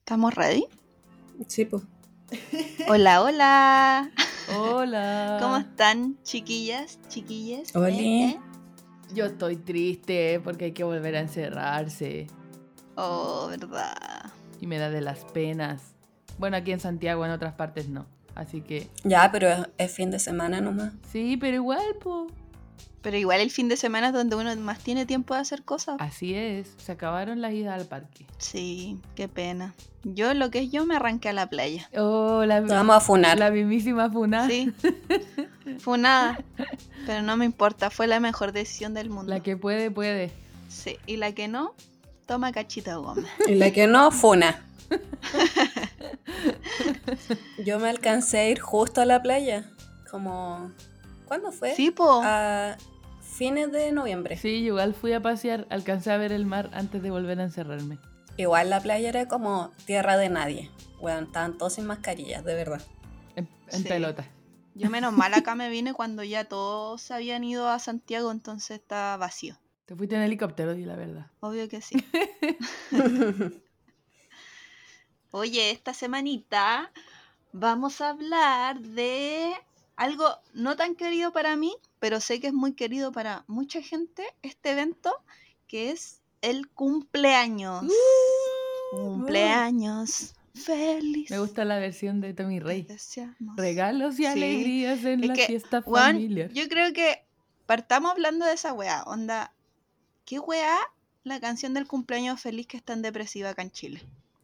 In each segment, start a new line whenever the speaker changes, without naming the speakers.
¿Estamos ready?
Sí, pues.
Hola, hola.
Hola.
¿Cómo están, chiquillas, chiquillas?
Hola.
¿Eh?
Yo estoy triste porque hay que volver a encerrarse
Oh, verdad.
y me da de las penas. Bueno, aquí en Santiago, en otras partes no. Así que
Ya, pero es, es fin de semana nomás.
sí, pero igual, po.
Pero igual el fin de semana es donde uno más tiene tiempo de hacer cosas.
Así es. Se acabaron las idas al parque.
Sí, qué pena. Yo, lo que es yo, me arranqué a la playa.
Oh, la,
Te vamos a funar.
la mismísima Funa.
Sí. Fue nada. Pero no me importa, fue la mejor decisión del mundo.
La que puede, puede.
Sí, y la que no, toma cachita goma.
Y la que no, funa. Yo me alcancé a ir justo a la playa. Como. ¿Cuándo fue?
Sí, po.
A fines de noviembre.
Sí, yo igual fui a pasear. Alcancé a ver el mar antes de volver a encerrarme.
Igual la playa era como tierra de nadie. Weón, estaban todos sin mascarillas, de verdad.
En, en
Sí.
pelota.
Yo menos mal acá me vine cuando ya todos se habían ido a Santiago, entonces estaba vacío.
Te fuiste en helicóptero, di la verdad.
Obvio que sí. Oye, esta semanita vamos a hablar de algo no tan querido para mí, pero sé que es muy querido para mucha gente, este evento, que es el cumpleaños. cumpleaños. Feliz.
Uh, Me gusta la versión de Tommy
te
Rey.
deseamos.
Regalos y
Sí.
alegrías en
Es
la
que,
fiesta
Weón,
familiar.
yo creo que partamos hablando de esa weá. Onda, ¿qué weá la canción del cumpleaños feliz que es tan depresiva acá en Chile?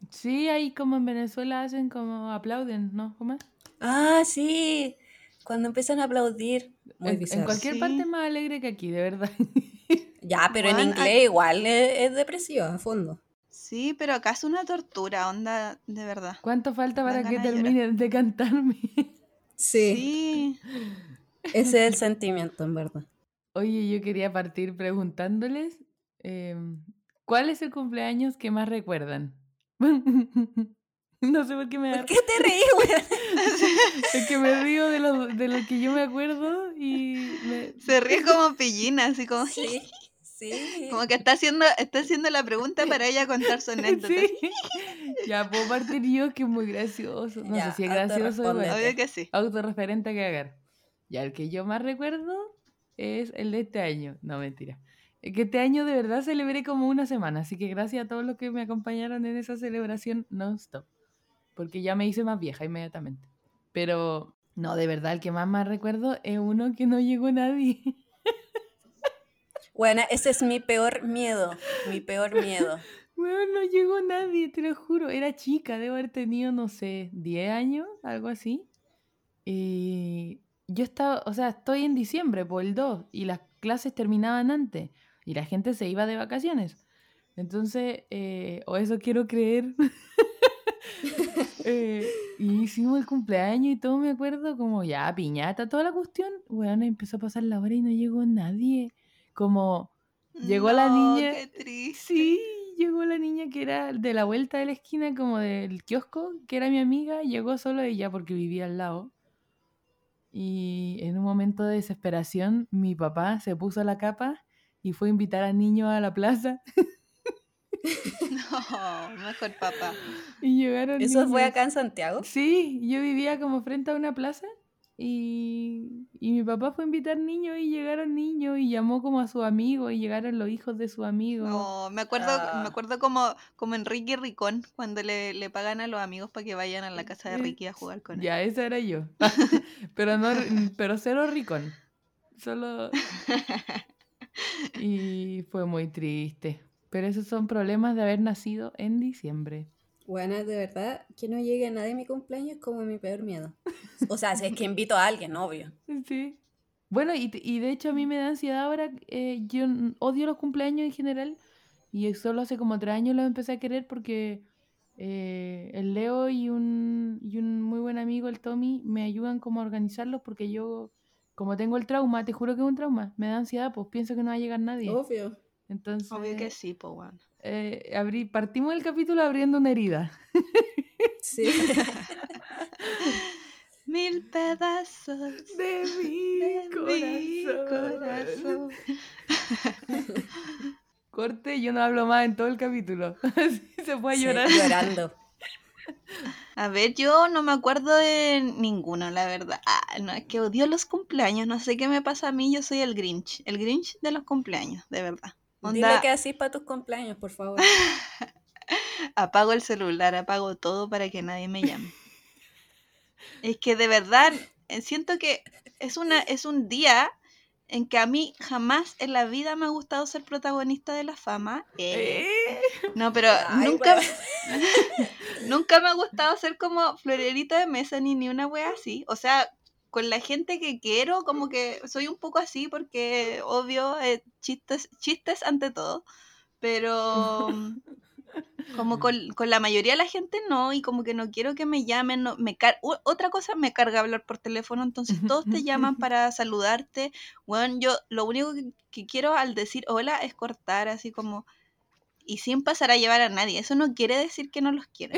Sí, ahí como en Venezuela hacen como aplauden, ¿no? ¿Cómo es?
ah, sí. Cuando empiezan a aplaudir. Muy
en, en
bizarro.
cualquier
Sí.
parte más alegre que aquí, de verdad.
Ya, pero en
Weón,
inglés igual es, es depresivo, a fondo.
Sí, pero acá es una tortura, onda, de verdad.
¿Cuánto falta
Dan
para que
ganas de llorar.
terminen de cantarme?
Sí.
Ese es el sentimiento, en verdad.
Oye, yo quería partir preguntándoles eh, ¿cuál es el cumpleaños que más recuerdan? no sé por qué me da
¿Por qué te reí, weón?
es que me río de lo, de lo que yo me acuerdo y me-
Se ríe como pillina, así como,
Sí, sí.
como que está haciendo, está haciendo la pregunta para ella contar su anécdota.
Sí. Ya puedo partir yo, que es muy gracioso. No
Ya,
sé si es gracioso o
autorresponde.
no.
Obvio que sí.
Autorreferente que hagan. Ya el que yo más recuerdo es el de este año. No, mentira. Eh, Que este año de verdad celebré como una semana. Así que gracias a todos los que me acompañaron en esa celebración non-stop. Porque ya me hice más vieja inmediatamente. Pero no, de verdad, el que más más recuerdo es uno que no llegó nadie.
Bueno, ese es mi peor miedo, mi peor miedo.
Weón, no llegó nadie, te lo juro. Era chica, debo haber tenido, no sé, 10 años, algo así. Y yo estaba, o sea, estoy en diciembre por el 2 y las clases terminaban antes y la gente se iba de vacaciones. Entonces, eh, o eso quiero creer. Eh, y hicimos el cumpleaños y todo, me acuerdo, como ya, piñata, toda la cuestión. Weón, empezó a pasar la hora y no llegó nadie. Como... Llegó la
No,
niña-
Qué triste.
Sí, llegó la niña que era de la vuelta de la esquina, como del kiosco, que era mi amiga, llegó solo ella porque vivía al lado. Y en un momento de desesperación, mi papá se puso la capa y fue a invitar al niño a la plaza.
No, mejor papá.
Y llegaron.
¿Eso fue
niños.
acá en Santiago?
Sí, yo vivía como frente a una plaza y, y mi papá fue a invitar niños y llegaron niños y llamó como a su amigo y llegaron los hijos de su amigo.
No, Oh, me acuerdo,
Ah.
me acuerdo como, como Enrique Ricón, cuando le, le pagan a los amigos para que vayan a la casa de
Eh,
Ricky a jugar con él.
Ya, esa era yo. pero no, pero cero ricón. Solo. Y fue muy triste. Pero esos son problemas de haber nacido en diciembre.
Bueno, de verdad, que no llegue a nadie a mi cumpleaños es como mi peor miedo. O sea, si es que invito a alguien, obvio.
Sí. Bueno, y, y de hecho a mí me da ansiedad ahora. eh, yo n- odio los cumpleaños en general. Y solo hace como tres años los empecé a querer porque eh, el Leo y un, y un muy buen amigo, el Tommy, me ayudan como a organizarlos porque yo, como tengo el trauma, te juro que es un trauma, me da ansiedad, pues pienso que no va a llegar nadie.
Obvio.
Entonces,
Obvio que sí, po, weón.
eh, abrí, partimos el capítulo abriendo una herida.
Sí.
Mil pedazos
De
de mi
mi corazón.
corazón.
Corte, yo no hablo más en todo el capítulo. Así se fue a
Sí,
llorar.
llorando.
A ver, yo no me acuerdo de ninguno, la verdad. Ah, no, es que odio los cumpleaños. No sé qué me pasa a mí. Yo soy el Grinch. El Grinch de los cumpleaños, de verdad.
Dile
Onda,
que así para tus cumpleaños, por favor.
apago el celular, apago todo para que nadie me llame. es que de verdad eh, siento que es, una, es un día en que a mí jamás en la vida me ha gustado ser protagonista de la fama. Eh, No, pero
Ay,
nunca,
weón.
Nunca me ha gustado ser como florerita de mesa ni ni una wea así. O sea, con la gente que quiero, como que soy un poco así porque, obvio, eh, chistes, chistes ante todo. Pero mm, como con, con la mayoría de la gente no, y como que no quiero que me llamen. no- me car- u- otra cosa, me carga hablar por teléfono, entonces todos te llaman para saludarte. Bueno, yo lo único que, que quiero al decir hola es cortar así como... Y sin pasar a llevar a nadie. Eso no quiere decir que no los quiera.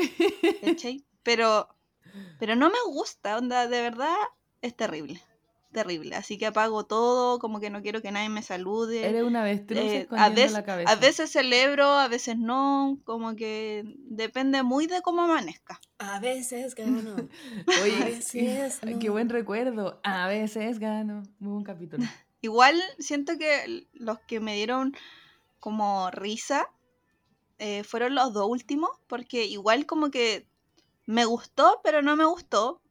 ¿cachai? Pero, pero no me gusta, onda, de verdad es terrible, terrible. Así que apago todo, como que no quiero que nadie me salude.
Eres una avestruz
Eh, a
escondiendo
veces-
la cabeza.
A veces celebro, a veces no, como que depende muy de cómo amanezca.
A veces gano.
Oye,
a veces
qué,
no.
qué buen recuerdo. A veces gano. Muy buen capítulo.
Igual siento que los que me dieron como risa eh, fueron los dos últimos, porque igual como que me gustó, pero no me gustó,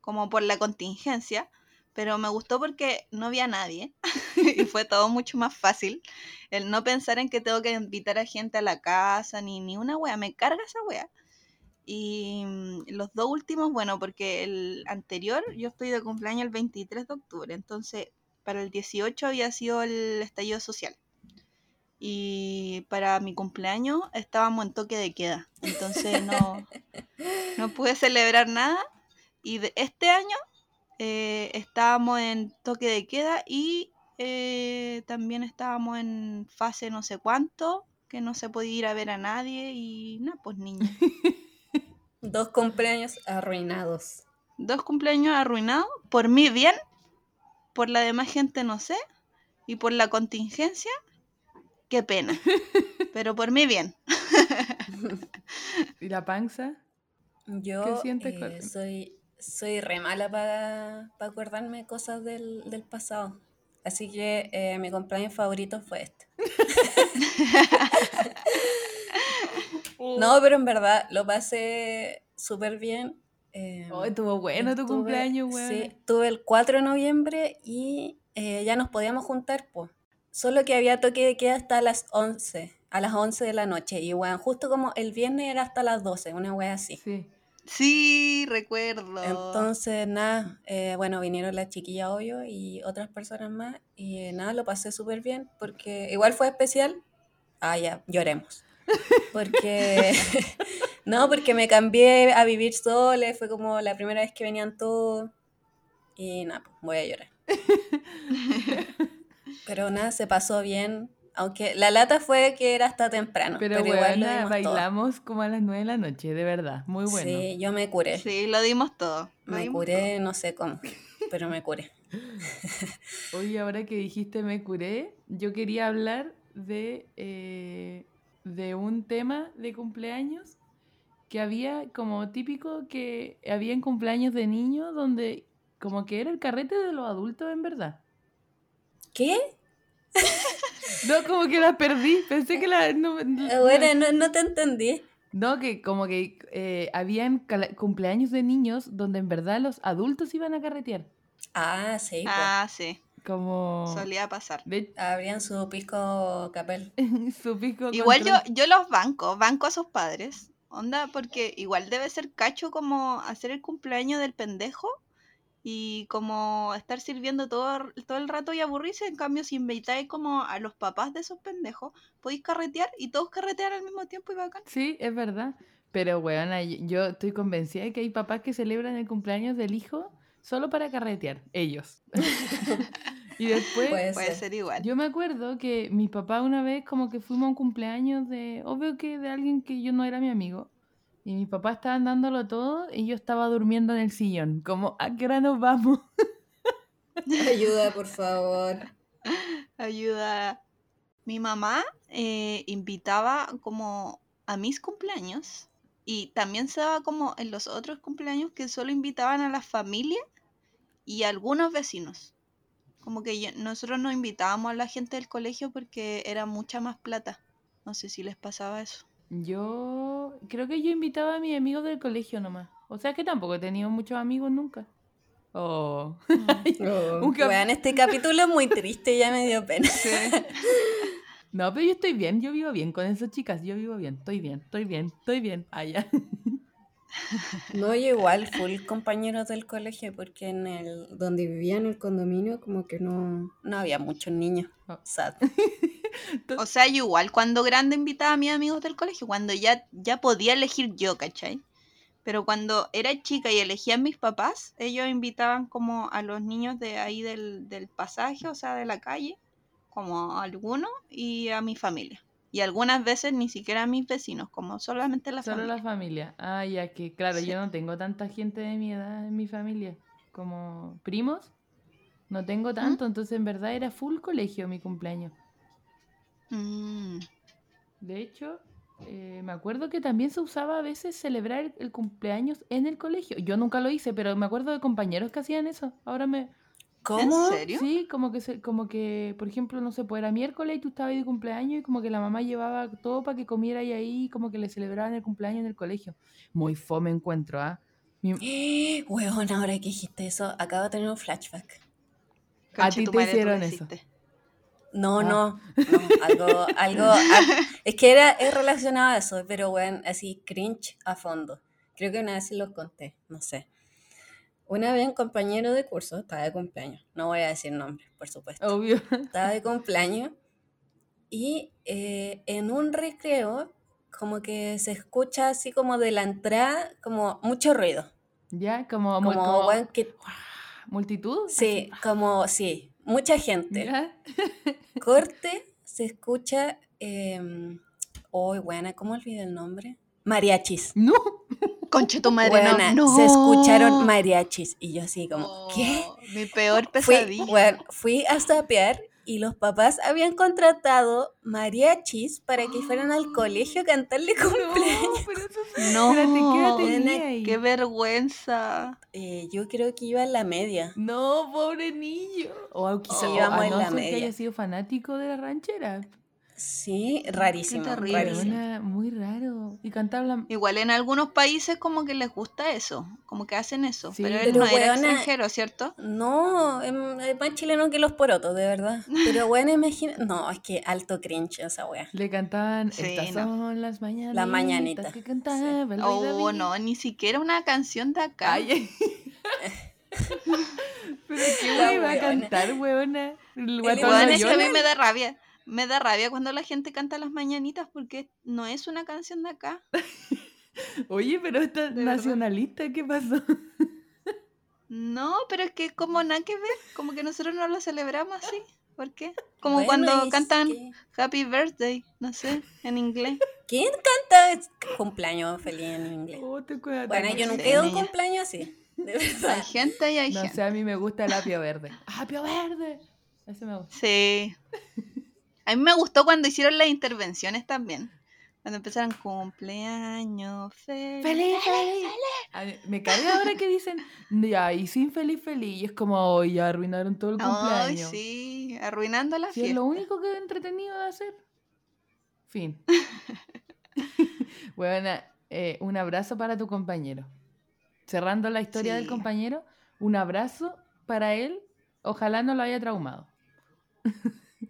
como por la contingencia, pero me gustó porque no había nadie y fue todo mucho más fácil. El no pensar en que tengo que invitar a gente a la casa, ni, ni una wea, me carga esa wea. Y mm, los dos últimos, bueno, porque el anterior, yo estoy de cumpleaños el 23 de octubre, entonces para el 18 había sido el estallido social. Y para mi cumpleaños estábamos en toque de queda. Entonces no, no pude celebrar nada. Y de este año eh, estábamos en toque de queda y eh, también estábamos en fase no sé cuánto, que no se podía ir a ver a nadie. Y nada, pues niña.
Dos cumpleaños arruinados.
dos cumpleaños arruinados, por mí bien, por la demás gente no sé, y por la contingencia, qué pena. Pero por mí bien.
¿Y la panza?
Yo
¿Qué sientes,
eh,
Cote?
soy, soy re mala para acordarme cosas del, del pasado. Así que eh, mi cumpleaños favorito fue este.
Oh.
No, pero en verdad lo pasé súper bien. eh,
Oh, estuvo bueno tu
Estuve-
cumpleaños, weón.
Sí, tuve el 4 de noviembre y eh, ya nos podíamos juntar, pues. Solo que había toque de queda hasta las 11, a las 11 de la noche. Y, weón, justo como el viernes era hasta las 12, una wea así.
Sí.
Sí,
Oh.
recuerdo.
Entonces, nada, eh, bueno, vinieron las chiquillas, obvio, y otras personas más. Y eh, nada, lo pasé súper bien porque igual fue especial. Ah, ya, lloremos. Porque, no, porque me cambié a vivir sola, fue como la primera vez que venían todos. Y nada, pues, voy a llorar. Pero nada, se pasó bien. Aunque la lata fue que era hasta temprano.
Pero,
Pero, igual lo
weona,
dimos todo.
bailamos como a las 9 de la noche, de verdad. Muy bueno.
Sí, yo me curé.
Sí, lo dimos todo. lo
me
dimos
curé, no sé cómo, pero me curé.
Oye, ahora que dijiste me curé, yo quería hablar de, eh, de un tema de cumpleaños que había como típico que había en cumpleaños de niños donde como que era el carrete de los adultos en verdad.
¿Qué?
No, como que la perdí, pensé que la... No, no-
Bueno, no, no te entendí.
no, que como que eh, habían cala- cumpleaños de niños donde en verdad los adultos iban a carretear.
Ah, sí,
todo.
po.
Ah, sí,
Como...
solía pasar.
De,
Abrían su pisco capel.
su pico
Igual yo,
control.
yo los banco, banco a sus padres. Onda, porque igual debe ser cacho como hacer el cumpleaños del pendejo y como estar sirviendo todo, todo el rato y aburrirse. En cambio, si invitáis como a los papás de esos pendejos, podéis carretear y todos carretear al mismo tiempo y bacán.
Sí, es verdad. Pero, weona, y- yo estoy convencida de que hay papás que celebran el cumpleaños del hijo solo para carretear, ellos. y después,
Puede
Puede
ser.
ser igual.
yo me acuerdo que mi papá una vez como que fuimos a un cumpleaños de, obvio que de alguien que yo no era mi amigo. Y mi papá estaba dándolo todo y yo estaba durmiendo en el sillón, como, ¿a qué hora nos vamos?
Ayuda, por favor.
Ayuda. Mi mamá eh, invitaba como a mis cumpleaños Y también se daba como en los otros cumpleaños que solo invitaban a la familia y a algunos vecinos. Como que yo- nosotros no invitábamos a la gente del colegio porque era mucha más plata. No sé si les pasaba eso.
Yo creo que yo invitaba a mis amigos del colegio nomás. O sea que tampoco he tenido muchos amigos nunca. Oh. Un cap-
Weón, este capítulo es muy triste, ya me dio pena.
No, pero yo estoy bien, yo vivo bien con esas chicas, yo vivo bien, estoy bien, estoy bien, estoy bien. Ah, Allá.
No, yo igual, full compañeros del colegio, porque en el donde vivía en el condominio como que no, no había muchos niños.
Ah.
Sad.
O sea, yo igual cuando grande invitaba a mis amigos del colegio, cuando ya, ya podía elegir yo, ¿cachai? Pero cuando era chica y elegían mis papás, ellos invitaban como a los niños de ahí del, del pasaje, o sea, de la calle, como a algunos, y a mi familia. Y algunas veces ni siquiera a mis vecinos, como solamente la
Solo
familia.
la familia. Ah, ya que, claro,
Sí.
yo no tengo tanta gente de mi edad en mi familia. Como primos, no tengo tanto, entonces en verdad era full colegio mi cumpleaños.
Mm,
De hecho, eh, me acuerdo que también se usaba a veces celebrar el, el cumpleaños en el colegio. Yo nunca lo hice, pero me acuerdo de compañeros que hacían eso. Ahora me...
¿Cómo?
¿En serio?
Sí, como que, se- como que, por ejemplo, no sé, pues era miércoles y tú estabas ahí de cumpleaños y como que la mamá llevaba todo para que comiera y ahí como que le celebraban el cumpleaños en el colegio. Muy fome encuentro, ¿ah? Mi-
Eh, Weón, ahora que dijiste eso, acabo de tener un flashback.
A ti te
conchetumare, tú lo
hicieron eso.
hiciste.
No,
Ah.
no, no, algo, algo, ah, es que era, es relacionado a eso, pero bueno, así cringe a fondo. Creo que una vez se lo conté, no sé. Una vez un compañero de curso estaba de cumpleaños, no voy a decir nombres, por supuesto.
Obvio.
Estaba de cumpleaños y eh, en un recreo como que se escucha así como de la entrada, como mucho ruido,
Ya, como, mu-
como,
como-
weón, que,
multitud.
sí, como, sí, mucha gente.
Ya.
Corte se escucha. Eh, oh, buena, ¿cómo olvidé el nombre? Mariachis.
No.
Conchetumare,
Weona,
no, no.
Se escucharon mariachis. Y yo así como,
Oh,
¿qué?
Mi peor
Fui,
pesadilla.
weón, fui a sapear y los papás habían contratado mariachis para que fueran
Ah.
al colegio a cantarle
No,
cumpleaños.
pero eso es-
No,
Espérate, ¿qué edad
buena,
tenía ahí?
qué vergüenza.
Eh, yo creo que iba en la media.
No, pobre niño. O a-
Quizá
o
íbamos
a
en
no
la
ser que
media.
haya sido fanático de la ranchera.
Sí, rarísimo.
Qué terrible.
rarísimo.
Weona, muy raro. Y cantar la...
Igual en algunos países como que les gusta eso, como que hacen eso,
Sí.
pero él
Pero,
no era
weona,
extranjero, ¿cierto?
No, em, es más chileno que los porotos, de verdad. Pero bueno, imagina. No, es que alto cringe esa wea.
Le cantaban
Sí,
Estas
no.
son las mañanitas
mañanita,
que cantaba el rey
Oh,
David".
no, ni siquiera una canción de acá.
Ay, Pero qué
La
hueva a
weona.
cantar, huevona. El
igual
guatón
Weón,
no
es que a mí
llora.
me da rabia. Me da rabia cuando la gente canta las mañanitas porque no es una canción de acá.
Oye, pero
De
esta
verdad.
nacionalista, ¿qué pasó?
No, pero es que como nada que ver, como que nosotros no lo celebramos así. ¿Por qué? Como
Bueno,
cuando
es
cantan
que-
Happy Birthday, no sé, en inglés.
¿Quién canta es- cumpleaños feliz en inglés?
Oh, te cuidas.
Bueno, yo
no
nunca
sé,
he ido a un
niña.
cumpleaños así. De
Hay
verdad.
gente y hay
No
gente.
sé, a mí me gusta el apio verde. ¡Apio verde! Ese me gusta.
Sí. A mí me gustó cuando hicieron las intervenciones también. Cuando empezaron cumpleaños feliz.
¡Feliz, feliz! A mí- Me cae ahora que dicen, ya, y sin feliz, feliz. Y es como, hoy ya arruinaron todo el
Ay,
cumpleaños.
sí, arruinando la
Si
fiesta.
es lo único que he entretenido de hacer. Fin. bueno, un abrazo para tu compañero. Cerrando la historia del
Sí.
compañero, un abrazo para él. Ojalá no lo haya traumado.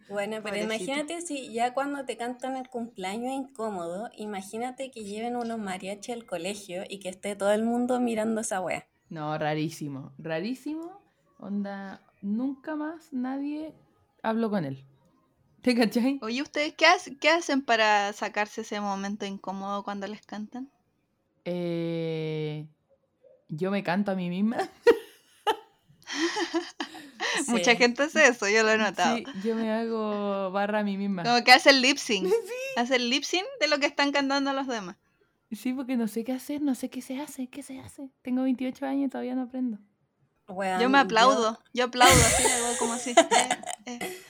Bueno, pero
Pobrecito.
imagínate si ya cuando te cantan el cumpleaños es incómodo, imagínate que lleven unos mariachi al colegio y que esté todo el mundo mirando esa wea.
No, rarísimo, rarísimo. Onda, nunca más nadie habló con él. ¿Te cachai?
Oye, ¿ustedes qué, hac- qué hacen para sacarse ese momento incómodo cuando les cantan?
Eh, yo me canto a mí misma.
Mucha
Sí.
gente hace eso, yo lo he notado.
Sí, yo me hago barra a mí misma.
Como que hacen lip sync. Hacen lip sync de lo que están cantando los demás.
Sí, porque no sé qué hacer, no sé qué se hace, qué se hace. Tengo 28 años y todavía no aprendo. Ah,
Weón,
Yo me aplaudo, yo, aplaudo así, hago como así. Eh, eh,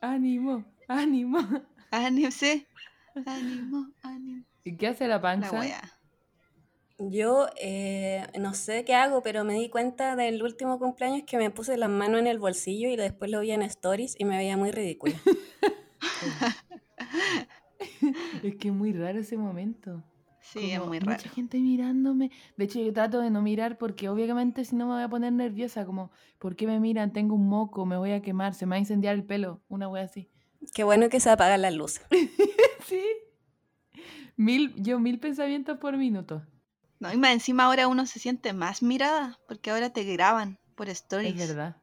Ánimo, ánimo.
ánimo, sí. Ánimo, ánimo.
¿Y qué hace la
La
panza?
wea.
Yo eh, no sé qué hago, pero me di cuenta del último cumpleaños que me puse las manos en el bolsillo y después lo vi en stories y me veía muy ridícula.
es que es muy raro ese momento.
Sí, es
Como
muy raro.
Mucha gente mirándome. De hecho, yo trato de no mirar porque obviamente si no me voy a poner nerviosa, como, ¿por qué me miran? Tengo un moco, me voy a quemar, se me va a incendiar el pelo, una wea así.
Qué bueno que se apagan las luces.
Sí. Mil, yo mil pensamientos por minuto.
No, y más encima ahora uno se siente más mirada, porque ahora te graban por stories.
Es verdad.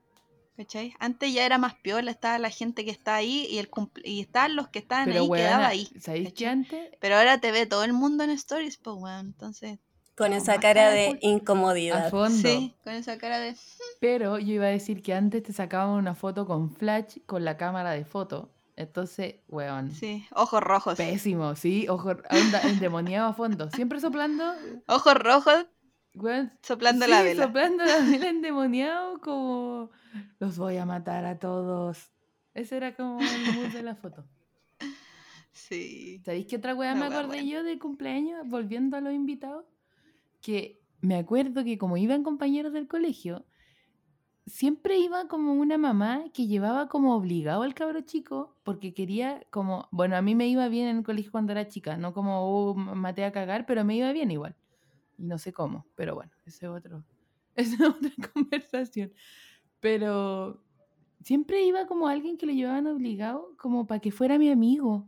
¿cachai? Antes ya era más piola, estaba la gente que está ahí y el cumple- y estaban los que estaban
Pero
Ah, ahí,
weona,
quedaba ahí.
¿sabéis
¿cachai?
que antes?
Pero ahora te ve todo el mundo en stories, pues weón, entonces.
Con
No,
esa
más
cara
cara
de
full.
A
incomodidad.
fondo.
Sí, con esa cara de.
Pero yo iba a decir que antes te sacaban una foto con flash con la cámara de foto. Entonces, weón.
Sí, ojos rojos.
Pésimo, sí, ojo, onda, endemoniado a fondo. Siempre soplando,
Ojos rojos
weón,
soplando la
sí,
vela.
soplando la vela endemoniado como los voy a matar a todos. Ese era como el mood de la foto.
Sí.
¿Sabéis qué otra weá
Una
me
weá
acordé
buena.
yo de cumpleaños, volviendo a los invitados? Que me acuerdo que como iban compañeros del colegio, siempre iba como una mamá que llevaba como obligado al cabro chico porque quería como, bueno, a mí me iba bien en el colegio cuando era chica, no como oh, m- maté a cagar, pero me iba bien igual. Y no sé cómo, pero bueno, ese otro, esa es otra conversación. Pero siempre iba como alguien que lo llevaban obligado como para que fuera mi amigo.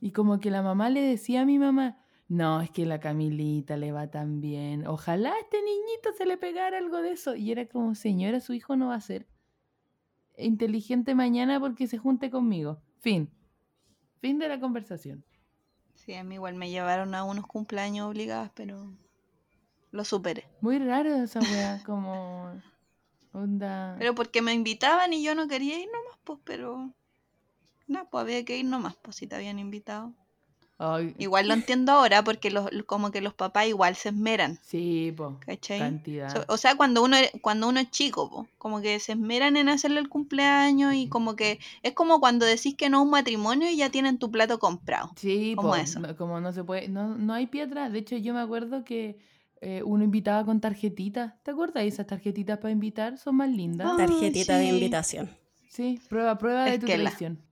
Y como que la mamá le decía a mi mamá, no, es que la Camilita le va tan bien. Ojalá a este niñito se le pegara algo de eso. Y era como, señora, su hijo no va a ser inteligente mañana porque se junte conmigo. Fin. Fin de la conversación.
Sí, a mí igual me llevaron a unos cumpleaños obligadas, pero lo superé.
Muy raro esa weá, como onda.
Pero porque me invitaban y yo no quería ir nomás, pues, pero. No, pues había que ir nomás, pues si te habían invitado.
Ay,
Igual lo entiendo ahora porque los, como que los papás igual se esmeran,
sí, po.
¿cachai?
Cantidad.
So- O sea, cuando uno, e- cuando uno es chico, po, como que se esmeran en hacerle el cumpleaños y como que es como cuando decís que no a un matrimonio y ya tienen tu plato comprado.
Sí,
Como
po,
eso.
no- como no se puede, no, no hay pie atrás. De hecho, yo me acuerdo que eh, uno invitaba con tarjetitas. ¿Te acuerdas? Esas tarjetitas para invitar son más lindas.
Ah.
Tarjetita de
sí.
invitación.
Sí, prueba, prueba de tu
Esquela.
traición.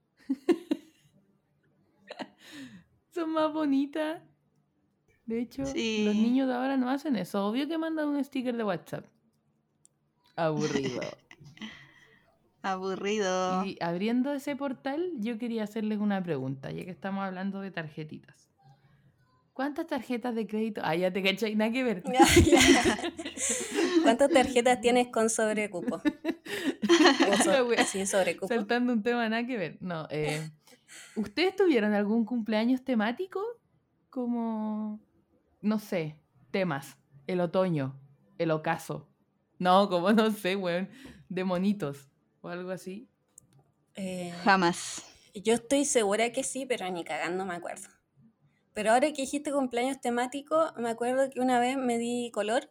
son más bonitas. De hecho, los
Sí.
niños de ahora no hacen eso. Obvio que mandan un sticker de WhatsApp. Aburrido.
Aburrido.
Y abriendo ese portal, yo quería hacerles una pregunta, ya que estamos hablando de tarjetitas. ¿Cuántas tarjetas de crédito? Ah, ya te caché, nada que ver.
¿Cuántas tarjetas tienes con sobrecupo? O so-
La wea.
sí, sobrecupo.
Saltando un tema, nada que ver. No, eh, ¿ustedes tuvieron algún cumpleaños temático? Como, no sé, temas. El otoño, el ocaso. No, como no sé, weón. De monitos o algo así.
Eh,
Jamás.
yo estoy segura que sí, pero ni cagando me acuerdo. Pero ahora que dijiste cumpleaños temático, me acuerdo que una vez me di color,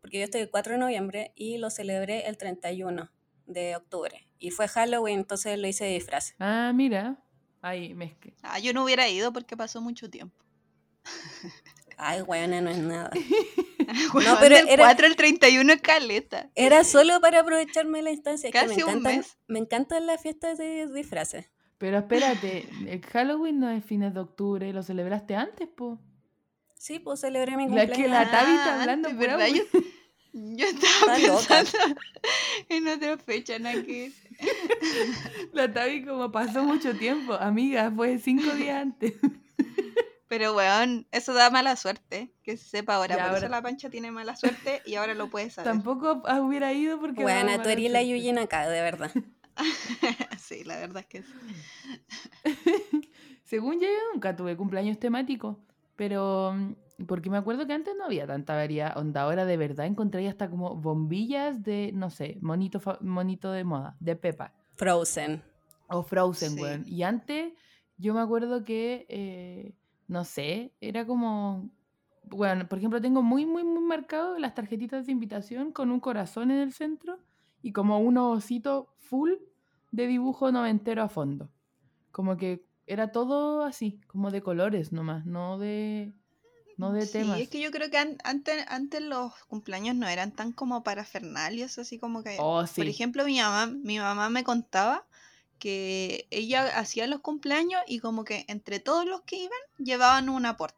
porque yo estoy el 4 de noviembre y lo celebré el 31 de octubre. Y fue Halloween, entonces lo hice de disfraz.
Ah, mira. Ahí, mezclé.
Ah, yo no hubiera ido porque pasó mucho tiempo.
Ay, weona, no es nada.
Weón,
pero
del
era-
4 al 31 es caleta.
Era solo para aprovecharme la instancia. es que
Casi
me
un
encantan,
mes.
Me encantan las fiestas de disfraces.
Pero espérate, el Halloween no es fines de octubre, lo celebraste antes, po.
Sí, pues celebré mi
La
cumpleaños.
que la Tavi está
Ah,
hablando
antes,
pura
¿verdad?
wea.
Yo, yo estaba
Está loca.
pensando en otra fecha, nada que ver.
La Tavi como pasó mucho tiempo, amiga, fue cinco días antes.
Pero weón, eso da mala suerte, que se sepa ahora.
Ya,
Por
ahora-
eso la pancha tiene mala suerte y ahora lo puedes saber.
Tampoco ah, hubiera ido porque... daba
Buena, tú
mala
eres la
suerte.
Yujin acá, de verdad.
sí, la verdad es que sí.
Según yo, yo nunca tuve cumpleaños temáticos, pero mm, porque me acuerdo que antes no había tanta variedad. Onda, ahora de verdad encontré hasta como bombillas de, no sé, monito, fa- monito de moda, de Pepa.
Frozen.
O Frozen,
Sí.
weón. Y antes yo me acuerdo que, eh, no sé, era como... Bueno, por ejemplo, tengo muy, muy, muy marcado las tarjetitas de invitación con un corazón en el centro y como un osito full de dibujo noventero a fondo. Como que era todo así, como de colores nomás, no de... no de
Mm, Sí,
temas.
es que yo creo que an- antes, antes los cumpleaños no eran tan como parafernalios, así como que...
Oh, sí.
Por ejemplo, mi mamá, mi mamá me contaba que ella hacía los cumpleaños y como que entre todos los que iban llevaban un aporte.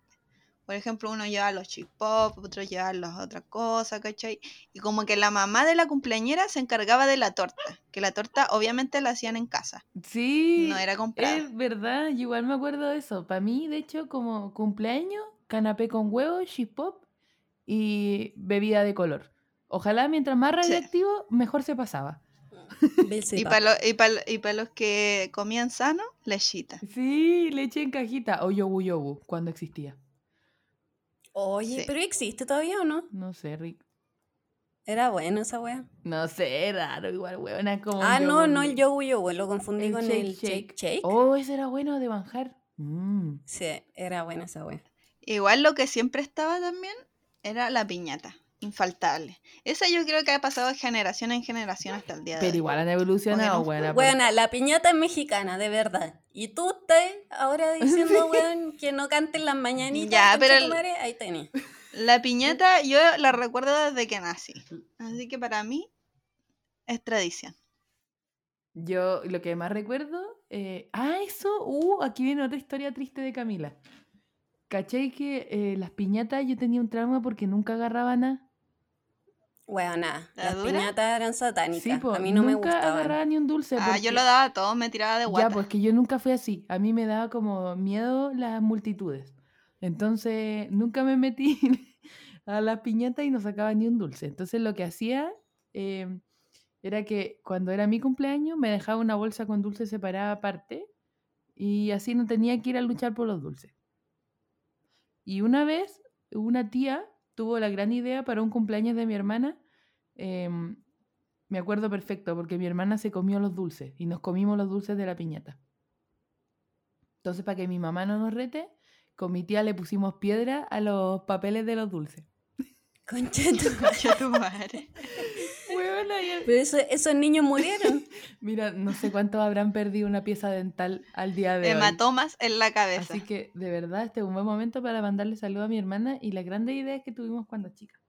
Por ejemplo, uno llevaba los chip pop, otro llevaba las otras cosas, ¿cachai? Y como que la mamá de la cumpleañera se encargaba de la torta, que la torta obviamente la hacían en casa,
sí.
no era
Ah.
comprada.
Es verdad, yo igual me acuerdo de eso. Para mí, de hecho, como cumpleaños, canapé con huevo, shipop y bebida de color. Ojalá mientras más radioactivo, mejor se pasaba.
Y para los, y para, y para los que comían sano, lechita.
Sí, leche en cajita o yobu yobu, cuando existía.
Oye,
Sí.
¿pero existe todavía o no?
No sé, Rick.
Era bueno esa wea.
No sé, raro, igual, huevona, como.
Ah,
un
no,
yogur.
no el yogur yogur, lo confundí
El
con
shake,
el shake
shake.
shake.
Oh, ese era bueno de manjar. Mm.
Sí, era buena esa wea.
Igual lo que siempre estaba también era la piñata, infaltable. Esa yo creo que ha pasado de generación en generación hasta el día de
Pero
hoy.
igual han
Porque
evolucionado,
no-
buena.
Ah, Bueno, la piñata es mexicana, de verdad. Y tú estás ahora diciendo, weón, que no canten las mañanitas.
Ya, pero
conchetumare, Ahí tenés.
eh,
La piñata yo la recuerdo desde que nací. Así que para mí es tradición.
Yo lo que más recuerdo. eh, ah, eso. Uh, aquí viene otra historia triste de Camila. ¿Cachai que eh, las piñatas yo tenía un trauma porque nunca agarraba nada?
Weona,
¿La
las
dura?
piñatas eran satánicas.
Sí, po,
a mí no me
nunca
gustaban.
agarraba ni un dulce.
Ah, yo
porque-
lo daba todo, me tiraba de guata.
Ya, pues que yo nunca fui así. A mí me daba como miedo las multitudes. Entonces, nunca me metí a las piñatas y no sacaba ni un dulce. Entonces, lo que hacía eh, era que cuando era mi cumpleaños me dejaba una bolsa con dulce separada aparte y así no tenía que ir a luchar por los dulces. Y una vez, una tía tuvo la gran idea para un cumpleaños de mi hermana. em, me acuerdo perfecto porque mi hermana se comió los dulces y nos comimos los dulces de la piñata. Entonces, para que mi mamá no nos rete, con mi tía le pusimos piedra a los papeles de los dulces.
Conchetum-
Concha tu madre.
Huevona, y el-
Pero eso- esos niños murieron.
Mira, no sé cuántos habrán perdido una pieza dental al día de hoy.
Hematomas en la cabeza.
Así que, de verdad, este es un buen momento para mandarle saludo a mi hermana y las grandes ideas que tuvimos cuando chica.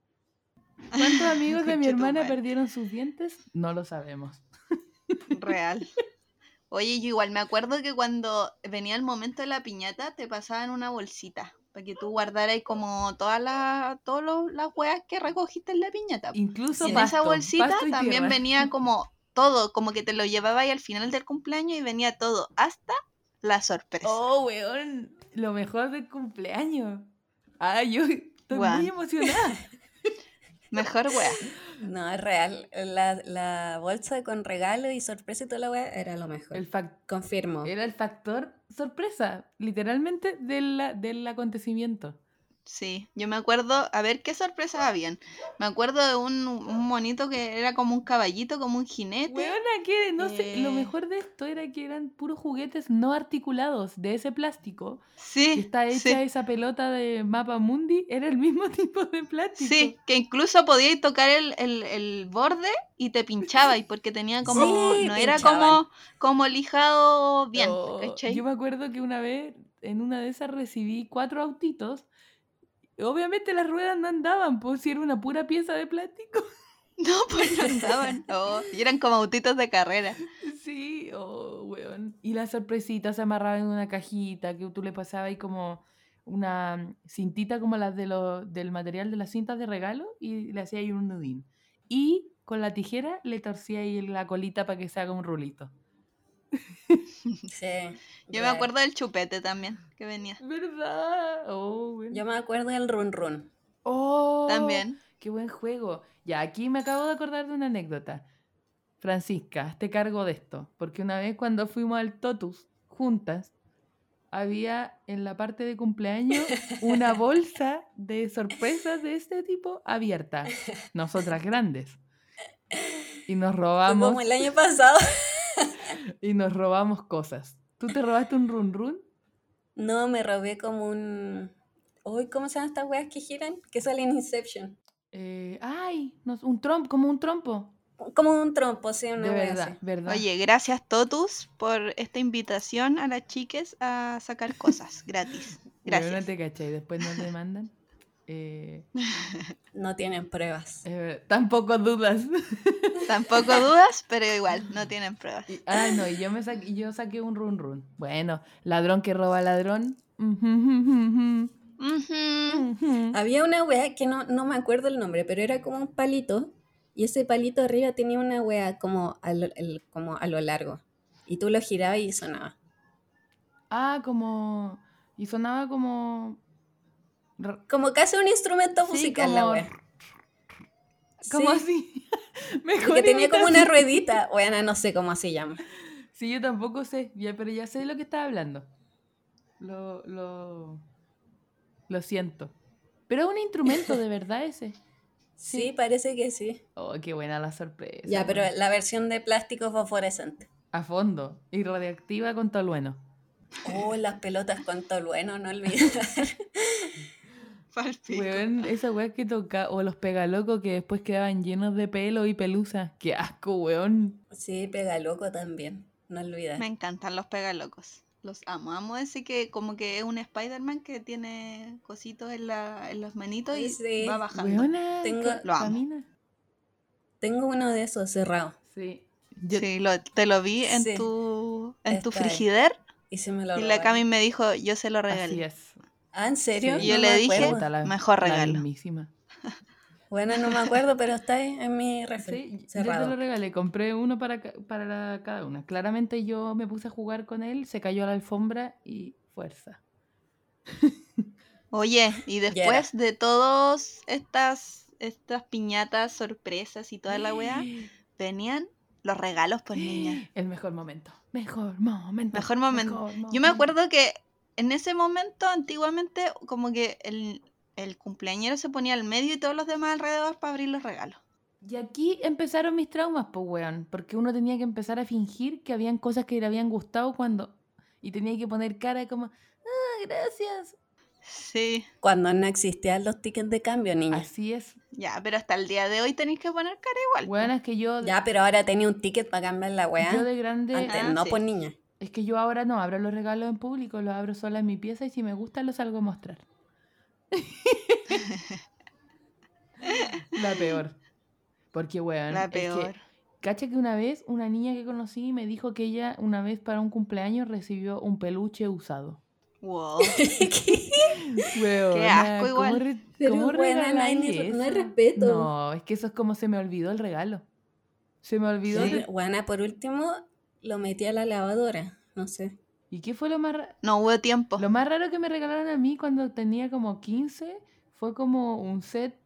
¿Cuántos amigos de mi hermana
Conchetumare.
perdieron sus dientes? No lo sabemos.
Real. Oye, yo igual me acuerdo que cuando venía el momento de la piñata te pasaban una bolsita para que tú guardaras como todas las todos los- las weas que recogiste en la piñata. Y
Incluso
en
pasto,
esa bolsita
pasto y
también
tierra.
venía como todo, como que te lo llevaba y al final del cumpleaños y venía todo, hasta la sorpresa.
Oh, weón, lo mejor del cumpleaños. Ah, yo estoy
Guau.
muy emocionada.
Mejor wea.
No, es real. La, la bolsa con regalo y sorpresa y toda la wea era lo mejor.
El fac-
Confirmo.
era el factor sorpresa, literalmente, del, del acontecimiento.
Sí, yo me acuerdo, a ver qué sorpresas habían. Me acuerdo de un, un monito que era como un caballito, como un jinete.
Weona, que no sé,
Este
lo
Eh.
mejor de esto era que eran puros juguetes no articulados de ese plástico.
Sí,
Que está hecha
sí.
esa pelota de mapa mundi, era el mismo tipo de plástico.
Sí, que incluso podíais tocar el, el- el borde y te pinchaba, y porque tenía como.
Sí,
no era
pinchaban.
como, como lijado bien,
Oh,
¿cachai?
Yo me acuerdo que una vez en una de esas recibí cuatro autitos. Obviamente las ruedas no andaban, pues si era una pura pieza de plástico.
No, pues no andaban, no, y eran como autitos de carrera.
Sí, oh, weón. Y la sorpresita se amarraba en una cajita que tú le pasabas ahí como una cintita como las de lo- del material de las cintas de regalo y le hacía ahí un nudín. Y con la tijera le torcía ahí la colita para que se haga un rulito.
Sí,
Yo me
real.
acuerdo del chupete también que venía.
¿Verdad? Oh, weón.
Yo me acuerdo del run run.
Oh,
También.
Qué buen juego. Ya, aquí me acabo de acordar de una anécdota. Francisca, hazte cargo de esto, porque una vez cuando fuimos al Totus juntas, había en la parte de cumpleaños una bolsa de sorpresas de este tipo abierta. Nosotras grandes. Y nos robamos
Como el año pasado.
y nos robamos cosas. ¿Tú te robaste un run run?
No, me robé como un. Uy, ¿cómo se llaman estas weas que giran? Que salen en Inception.
Eh, ay, nos- un trompo, como un trompo.
Como un trompo, sí, una
de
wea
verdad,
así.
verdad.
Oye, gracias Totus por esta invitación a las chiques a sacar cosas gratis.
Weona,
Gracias.
te cachai, después nos demandan. eh,
No tienen pruebas.
eh, tampoco dudas.
Tampoco dudas, pero igual, no tienen pruebas.
Y- Ay, no, y yo, me saqué, yo saqué un run run. Bueno, ladrón que roba ladrón. Ujú,
Ujú.
ujú.
Había una weá que no, no me acuerdo el nombre, pero era como un palito. Y ese palito arriba tenía una weá como a lo, el- como a lo largo. Y tú lo girabas y sonaba.
Ah, como... Y sonaba como... r-
Como casi un instrumento
Sí,
musical
como-
la weá.
Como
Sí,
así. Mejor
Que tenía como una
imitación.
ruedita. Bueno, no sé cómo se llama.
Sí, yo tampoco sé, ya, pero ya sé de lo que estaba hablando. Lo, lo, lo siento. Pero es un instrumento de verdad ese.
Sí,
Sí.
parece que sí.
Oh, qué buena la sorpresa.
ya, pero
weón.
la versión de plástico fosforescente.
A fondo. Y radioactiva con tolueno.
Oh, las pelotas con tolueno, no olvidar.
Palpico.
Weón, esa weá que toca, o los pegalocos que después quedaban llenos de pelo y pelusa. Qué asco, weón.
Sí, pega loco también, no olvidar.
Me encantan los pegalocos. Los amo. Amo ese que como que es un Spider-Man que tiene cositos en, la, en las manitos y
Sí.
va bajando.
Weona,
Tengo-
que
Lo amo.
camina.
Tengo uno de esos cerrado
Sí. Yo-
Sí, lo- te lo vi en
Sí.
tu en tu
Está ahí.
frigider
y se me lo
y la
robaron.
Cami me dijo, yo se lo
así
regalé.
es.
Ah, ¿en serio?
Sí.
Y yo
No
le
me
dije,
acuerdo.
mejor
la
regalo.
mismísima.
Bueno, no me acuerdo, pero está ahí en mi refri.
Sí, yo te
cerrado.
lo regalé, compré uno para, ca- para la- cada una. Claramente yo me puse a jugar con él, se cayó a la alfombra y fuerza.
Oye, y después de todas estas estas piñatas, sorpresas y toda la weá, venían los regalos por niña.
El mejor momento. Mejor momento.
Mejor momento.
mejor
Yo me
momento.
acuerdo que en ese momento, antiguamente, como que el, el cumpleañero se ponía al medio y todos los demás alrededor para abrir los regalos.
Y aquí empezaron mis traumas, pues, weón. Porque uno tenía que empezar a fingir que habían cosas que le habían gustado cuando. Y tenía que poner cara como, ah, gracias.
Sí.
Cuando no existían los tickets de cambio, niña.
Así es.
Ya, pero hasta el día de hoy tenéis que poner cara igual.
Weón, es que yo,
Ya, pero ahora tenía un ticket para cambiar la
yo
weá.
de grande.
Antes
Ah,
no,
sí.
pues niña.
Es que yo ahora no abro los regalos en público, los abro sola en mi pieza y si me gusta los salgo a mostrar. La peor. Porque, weón,
la
es que-
peor.
cacha que una vez una niña que conocí me dijo que ella una vez para un cumpleaños recibió un peluche usado.
Wow.
Weón,
asco
¿cómo,
igual.
re-
Pero,
cómo
weona, no hay ni-
regaláis
no hay
eso?
respeto.
No, es que eso es como se me olvidó el regalo. Se me olvidó. el re-
Bueno, por último, lo metí a la lavadora. No sé.
¿Y qué fue lo más ra-
No hubo tiempo.
Lo más raro que me regalaron a mí cuando tenía como 15 fue como un set,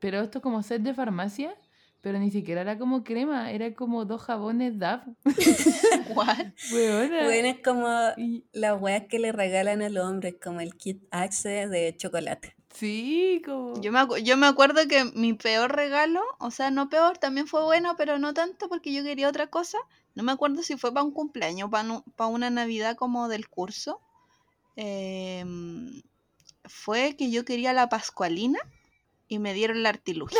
pero esto como set de farmacia, pero ni siquiera era como crema, era como dos jabones DAF.
What?
Weona.
Bueno, es como
Y-
las weas que le regalan a los hombres, como el kit Axe de chocolate.
sí, como...
Yo me, acu- yo me acuerdo que mi peor regalo, o sea, no peor, también fue bueno, pero no tanto porque yo quería otra cosa. No me acuerdo si fue para un cumpleaños, para, una Navidad como del curso. Em, fue que yo quería la Pascualina y me dieron la artilugio.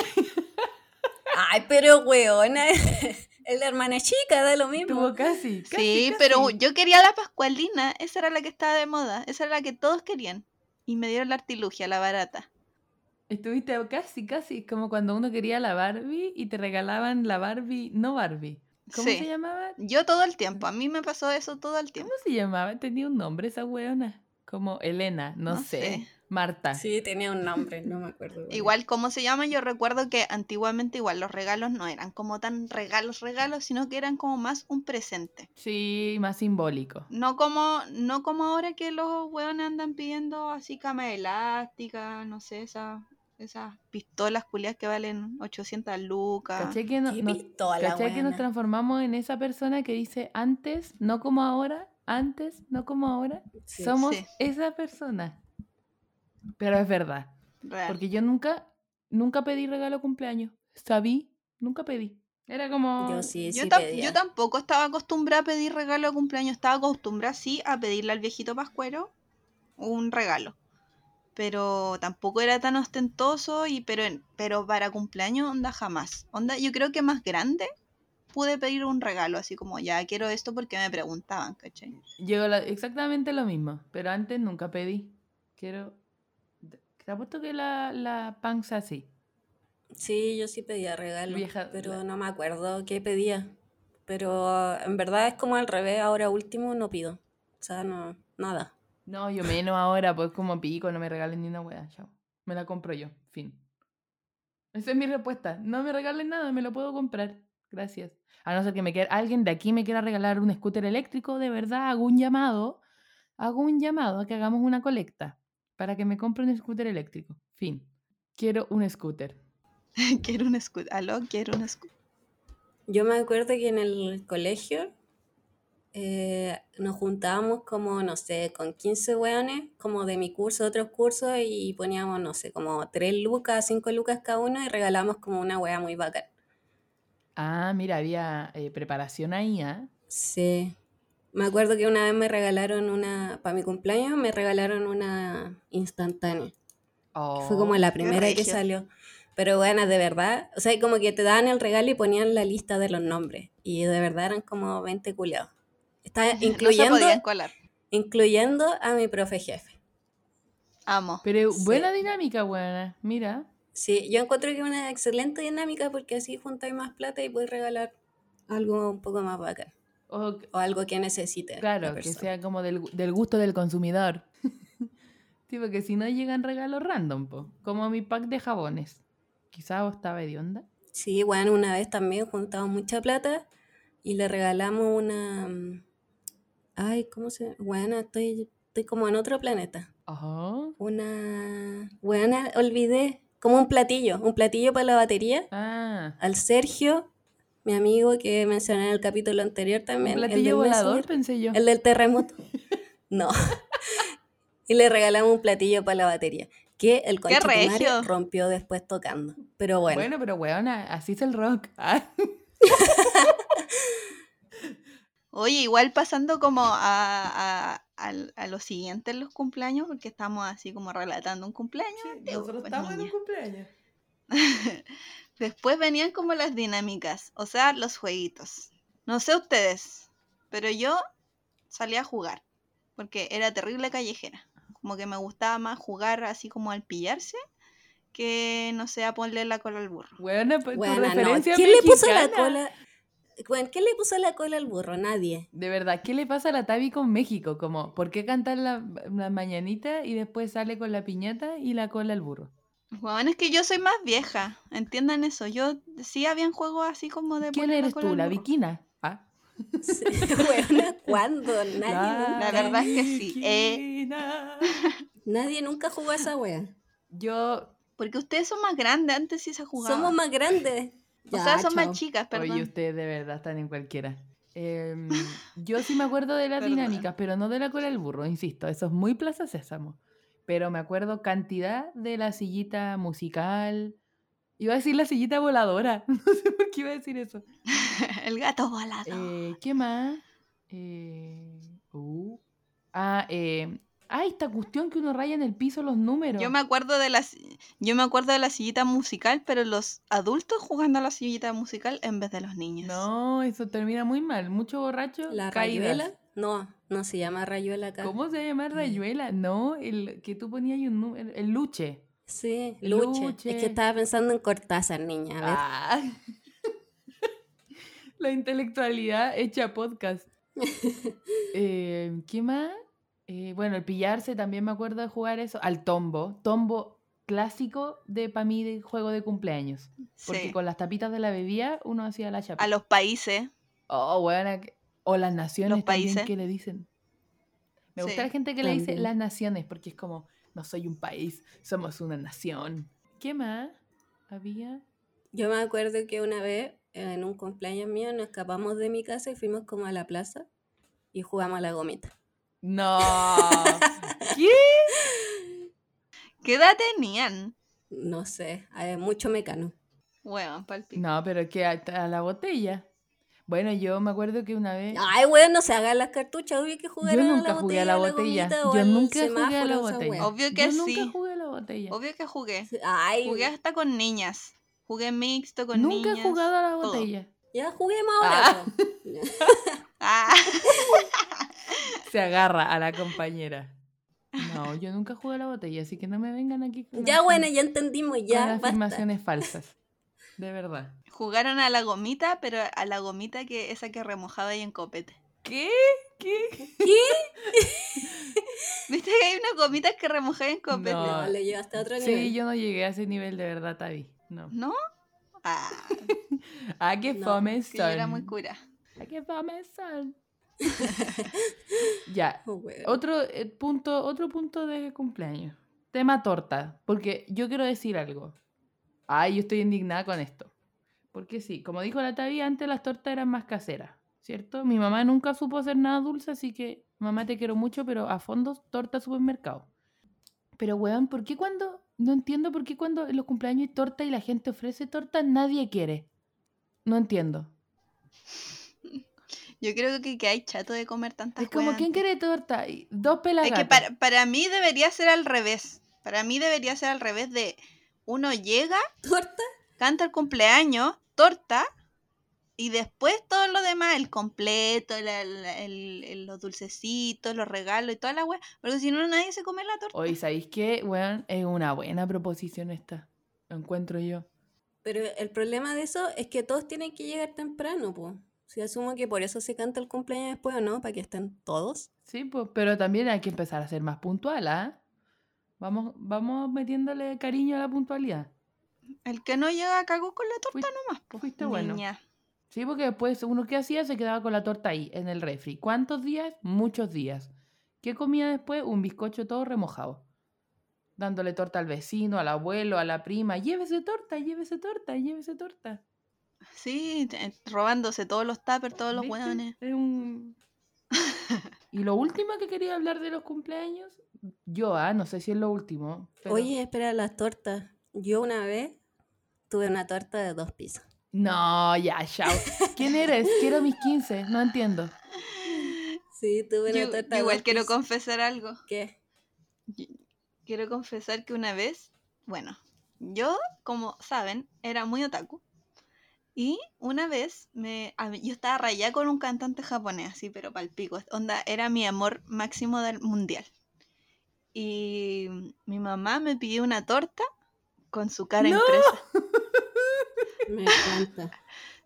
Ay, pero weona, es la hermana chica, da lo mismo.
Tuvo casi, casi,
sí,
casi.
pero yo quería la Pascualina, esa era la que estaba de moda, esa era la que todos querían. Y me dieron la artilugia, la barata.
Estuviste casi, casi, es como cuando uno quería la Barbie y te regalaban la Barbie, no Barbie. ¿Cómo
Sí.
se llamaba?
Yo todo el tiempo, a mí me pasó eso todo el
¿Cómo
tiempo.
se llamaba? Tenía un nombre esa weona. Como Elena, no,
No
sé.
sé.
Marta.
Sí, tenía un nombre, no me acuerdo. weona.
Igual, ¿cómo se llama? Yo recuerdo que antiguamente igual los regalos no eran como tan regalos, regalos, sino que eran como más un presente.
Sí, más simbólico.
No como, no como ahora que los hueones andan pidiendo así cama elástica, no sé, esa- esas pistolas culiadas que valen 800 lucas.
Caché que, no-
Ah, Qué
nos-
pistola,
caché que nos
weona.
transformamos en esa persona que dice antes, no como ahora, antes, no como ahora.
Sí.
Somos
Sí.
esa persona. Pero es verdad.
Real.
Porque yo nunca, nunca pedí regalo cumpleaños. Sabí, nunca pedí. Era como...
Yo sí,
Yo,
sí
tam-
pedía.
yo tampoco estaba acostumbrada a pedir regalo de cumpleaños, estaba acostumbrada sí a pedirle al viejito Pascuero un regalo. Pero tampoco era tan ostentoso y pero en- pero para cumpleaños onda jamás. Onda, yo creo que más grande pude pedir un regalo, así como ya quiero esto porque me preguntaban, ¿cachai?
Llegó la- exactamente lo mismo, pero antes nunca pedí. Quiero... Te apuesto que la, la panza sí.
Sí, yo sí pedía regalo,
Vieja-
pero
la-
no me acuerdo qué pedía. Pero en verdad es como al revés, ahora último no pido. O sea, no, nada.
No, yo menos ahora, pues como pico, no me regalen ni una wea, chao. Me la compro yo, fin. Esa es mi respuesta. No me regalen nada, me lo puedo comprar. Gracias. A no ser que me quiera, alguien de aquí me quiera regalar un scooter eléctrico, de verdad, hago un llamado, hago un llamado a que hagamos una colecta para que me compre un scooter eléctrico. Fin. Quiero un scooter.
quiero un escudo. Aló, quiero un escudo.
Yo me acuerdo que en el colegio eh, nos juntábamos como, no sé, con 15 weones, como de mi curso, otros cursos, y poníamos, no sé, como 3 lucas, 5 lucas cada uno y regalamos como una wea muy bacana.
Ah, mira, había eh, preparación ahí, ¿ah?
Sí. Me acuerdo que una vez me regalaron una, para mi cumpleaños, me regalaron una instantánea. que Fue como
Oh,
la primera que
regio.
salió. Pero bueno, de verdad, o sea, como que te daban el regalo y ponían la lista de los nombres. Y de verdad eran como 20 culiados. Está
No
incluyendo,
se podían colar.
incluyendo a mi profe jefe.
Amo.
Pero
Sí.
buena dinámica, buena. Mira.
Sí, yo encuentro que es una excelente dinámica porque así juntáis más plata y puedes regalar algo un poco más bacán.
O-
O algo que necesite. Eh, la
Claro, que
persona.
sea como del, gu- del gusto del consumidor. sí, porque si no llegan regalos random, po. como mi pack de jabones. Quizá estaba hedionda.
Sí, bueno, una vez también juntamos mucha plata y le regalamos una... mm, Ay, ¿cómo se...? Bueno, estoy, estoy como en otro planeta.
Ajá.
Una... Bueno, olvidé. Como un platillo, un platillo para la batería.
Ah,
Al Sergio, mi amigo que mencioné en el capítulo anterior
un
también. el del
platillo volador,
Messenger,
pensé yo.
el del terremoto. No. y le regalamos un platillo para la bateria. Que el
¡Qué
conchetumare
regio!
rompió después tocando. Pero bueno.
Bueno. pero weona, así es el rock. Ah,
Oye, igual pasando como a, a, al- a lo siguiente en los cumpleaños, porque estamos así como relatando un cumpleaños. antiguo, pues, niña.
cumpleaños.
Después venían como las dinámicas, o sea, los jueguitos. No sé ustedes, pero yo salía a jugar, porque era terrible callejera. Como que me gustaba más jugar así como al pillarse, que no sé, a ponerle la cola al burro.
Weona, pues tu
Buena, no.
referencia
¿Quién le puso la
mexicana.
cola? Bueno, ¿quién le puso la cola al burro? Nadie.
De verdad, ¿qué le pasa a la Tabi con México? Como, ¿por qué cantar la, la mañanita y después sale con la piñata y la cola al burro?
Bueno, es que yo soy más vieja, entiendan eso. Yo sí habían juegos así como de
¿Quién
poner
eres
cola
tú,
al
la
burro.
viquina? Ah.
Sí, buena, ¿cuándo? Nadie,
La
nunca,
verdad es que sí, eh.
Carolina.
nadie nunca jugó a esa wea.
Yo,
Porque ustedes son más grandes, antes sí se jugaba.
Somos más grandes.
o
Ya,
sea, son
chao.
más chicas, perdón.
oye, ustedes de verdad están en cualquiera. Em, yo sí me acuerdo de las
Perdón.
dinámicas, pero no de la cola del burro, insisto, eso es muy Plaza Sésamo. Pero me acuerdo cantidad de la sillita musical. Iba a decir la sillita voladora, no sé por qué iba a decir eso.
El gato volado.
Eh, ¿Qué más? Eh, uh, ah, eh, ah, esta cuestión que uno raya en el piso los números.
Yo me acuerdo de las yo me acuerdo de la sillita musical, pero los adultos jugando a la sillita musical en vez de los niños.
No, eso termina muy mal. Mucho borracho.
¿La
caídas.
rayuela? No, no se llama rayuela acá.
¿Cómo se llama rayuela? No, el que tú ponías ahí un nu- el, el luche.
Sí, luche.
Luche.
Es que estaba pensando en Cortázar, niña. A ver.
Ah. La intelectualidad hecha podcast. Eh, ¿Qué más? Eh, bueno, el pillarse también me acuerdo de jugar eso. Al tombo. Tombo clásico de para mí de juego de cumpleaños. Porque
Sí.
con las tapitas de la bebida uno hacía la chapa.
A los países.
Oh, buena. que- O las naciones también
países.
que le dicen. Me gusta
Sí.
la gente que le dice
También.
las naciones, porque es como, no soy un país, somos una nación. ¿Qué más había?
Yo me acuerdo que una vez, en un cumpleaños mío, nos escapamos de mi casa y fuimos como a la plaza y jugamos a la gomita.
No. ¿Qué?
¿Qué edad tenían?
No sé, hay mucho mecano.
Bueno, palpito.
No, pero que a, a la botella. Bueno, yo me acuerdo que una vez...
Ay, weón, no se hagan las cartuchas, obvio que jugaron
Eh. Yo
a la
nunca jugué a la botella.
gomita o
Yo
al
nunca jugué a la
semáforo, esa
botella.
weá.
Obvio que
yo
sí.
nunca jugué a la botella.
Obvio que jugué.
Ay,
Jugué hasta con niñas. Jugué mixto con
nunca
niñas.
he jugado a la
todo.
botella.
ya juguemos ahora.
Ah.
po.
Ah,
Se agarra a la compañera. No, yo nunca jugué a la botella, así que no me vengan aquí con,
Ya, bueno, ya entendimos,
con
ya. Basta.
afirmaciones falsas. De verdad.
Jugaron a la gomita, pero a la gomita que esa que remojaba ahí en copete.
¿Qué? ¿Qué?
¿Viste que hay unas gomitas que remojáis en copete?
No.
No.
No, lo llevaste a otro nivel.
Sí, yo no llegué a ese nivel de verdad, Tavi. No.
Ah,
¿A qué
No,
fome
que yo era
son?
muy cura.
¿A qué fome son? ya,
Oh, weón.
Otro eh, punto, otro punto de cumpleaños. Tema torta, porque yo quiero decir algo. Ay, yo estoy indignada con esto. Porque sí, como dijo la Tavi, antes las tortas eran más caseras, ¿cierto? Mi mamá nunca supo hacer nada dulce, así que mamá te quiero mucho, pero a fondo torta supermercado. Pero weón, ¿por qué cuando no entiendo por qué cuando en los cumpleaños hay torta y la gente ofrece torta nadie quiere? No entiendo.
Yo creo que, que hay chato de comer tantas
Es como
weas
quién
antes.
quiere torta y dos pelas
Ah, Es que
gatas.
para, para mí debería ser al revés. Para mí debería ser al revés de uno llega,
¿Torta?
canta el cumpleaños, torta, y después todo lo demás, el completo, la- la- el- el- los dulcecitos, los regalos y toda la wea. Porque si no, nadie se come la torta.
Hoy, ¿sabéis qué? Weón, es una buena proposición esta. Lo encuentro yo.
Pero el problema de eso es que todos tienen que llegar temprano, pues. Si asumo que por eso se canta el cumpleaños después o no, para que estén todos.
Sí, pues, pero también hay que empezar a ser más puntual, ¿ah? Vamos, vamos metiéndole cariño a la puntualidad.
El que no llega cagó con la torta
Fuiste-
nomás, po,
fuiste bueno.
niña.
Sí, porque después uno que hacía se quedaba con la torta ahí, en el refri. ¿Cuántos días? Muchos días. ¿Qué comía después? Un bizcocho todo remojado. Dándole torta al vecino, al abuelo, a la prima. Llévese torta, llévese torta, llévese torta.
Sí, te- robándose todos los tuppers, todos los
¿Viste?
hueones.
Es un- y lo último que quería hablar de los cumpleaños, yo, ah, no sé si es lo último. pero-
Oye, espera las tortas. Yo una vez tuve una torta de dos pisos.
No, ya, chao. ¿Quién eres? Quiero mis 15, no entiendo.
Sí, tuve una
Yo-
torta
yo
de
igual
dos
quiero
pisos.
confesar algo.
¿Qué?
Quiero confesar que una vez, bueno, yo, como saben, era muy otaku. Y una vez me, a mí- yo estaba rayada con un cantante japonés, así, pero palpico. Onda, era mi amor máximo del mundial. Y mi mamá me pidió una torta con su cara
¡No!
impresa.
Me encanta.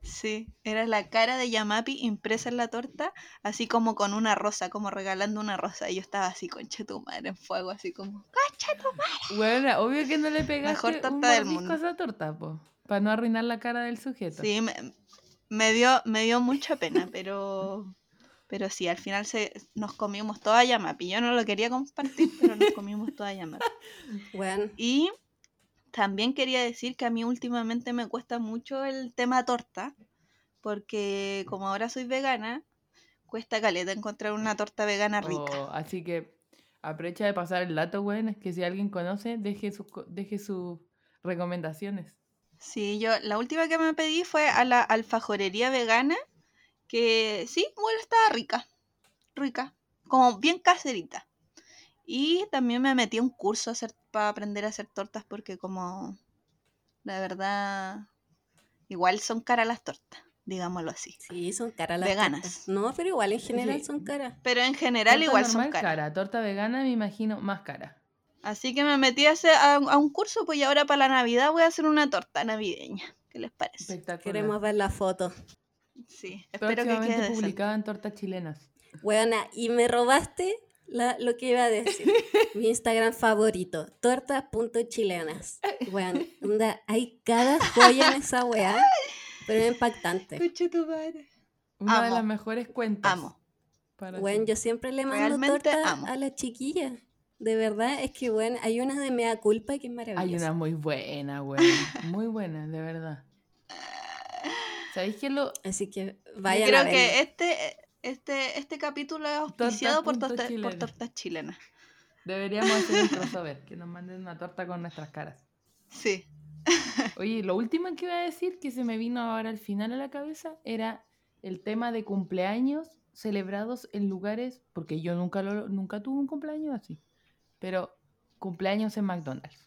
Sí, era la cara de Yamapi impresa en la torta, así como con una rosa, como regalando una rosa. Y yo estaba así, concha tu madre, en fuego, así como, concha tu
Bueno, obvio que no le pegaste
Mejor torta
un
del
mordisco
mundo.
a esa torta, po, para no arruinar la cara del sujeto.
Sí, me, me dio, me dio mucha pena, pero, pero sí, al final se, nos comimos toda Yamapi. Yo no lo quería compartir, pero nos comimos toda Yamapi.
Bueno,
Y también quería decir que a mí últimamente me cuesta mucho el tema torta, porque como ahora soy vegana, cuesta caleta encontrar una torta vegana rica.
Oh, así que aprovecha de pasar el dato, weón, es que si alguien conoce, deje sus, co- deje sus recomendaciones.
Sí, yo la última que me pedí fue a la alfajorería vegana, que sí, bueno, estaba rica, rica, como bien caserita. Y también me metí a un curso a hacer, para aprender a hacer tortas porque como, la verdad, igual son caras las tortas, digámoslo así.
sí, son caras las
Veganas.
tortas. No, pero igual en general
Sí.
son caras.
Pero en general
Torta
igual son
normal,
caras.
Torta vegana, me imagino, más cara.
Así que me metí a, hacer- a, a un curso, pues y ahora para la Navidad voy a hacer una torta navideña. ¿Qué les parece?
Espectacular.
Queremos ver la foto.
Sí, espero que
Próximamente
quede decente.
publicada en tortas chilenas.
Buena, y me robaste la- lo que iba a decir. Mi Instagram favorito, tortas.chilenas. Bueno, onda, hay cada joya en esa weá, pero es impactante.
Conche tu madre.
Una de
Amo.
las mejores cuentas.
Amo.
para
Bueno,
ti.
yo siempre le mando
Realmente
torta
amo.
a la chiquilla. De verdad, es que bueno, hay una de mea culpa que es
Hay
maravillosa.
una muy buena, güey. Muy buena, de verdad. ¿Sabéis que lo
Así que vayan
Creo
a verla.
que este, este, este capítulo es auspiciado por,
punto
torta- por
chilena.
tortas chilenas.
deberíamos hacer un crossover? Que nos manden una torta con nuestras caras.
Sí.
Oye, lo último que iba a decir que se me vino ahora al final a la cabeza era el tema de cumpleaños celebrados en lugares, porque yo nunca, lo, nunca tuve un cumpleaños así, pero cumpleaños en McDonald's,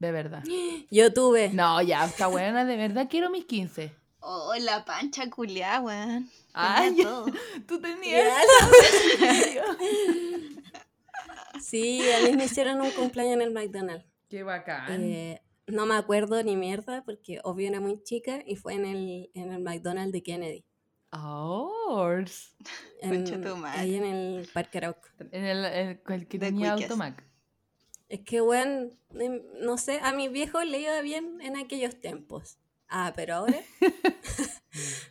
de verdad.
Yo tuve.
No, ya, está buena, de verdad quiero mis 15.
Oh, la pancha culiá, weón. Tenía
Ay,
todo.
tú tenías.
Ya,
en serio.
Sí, a mí me hicieron un cumpleaños en el McDonald's.
Qué bacán.
Eh, no me acuerdo ni mierda porque obvio era muy chica y fue en el, en el McDonald's de Kennedy.
Ahorse.
en-
Concha tu madre.
ahí en el Parque Arauco.
En el, el- el que
De
tenía
Quiques.
Automac.
Es que, weón, em, no sé, a mi viejo le iba bien en aquellos tiempos. Ah, pero ahora.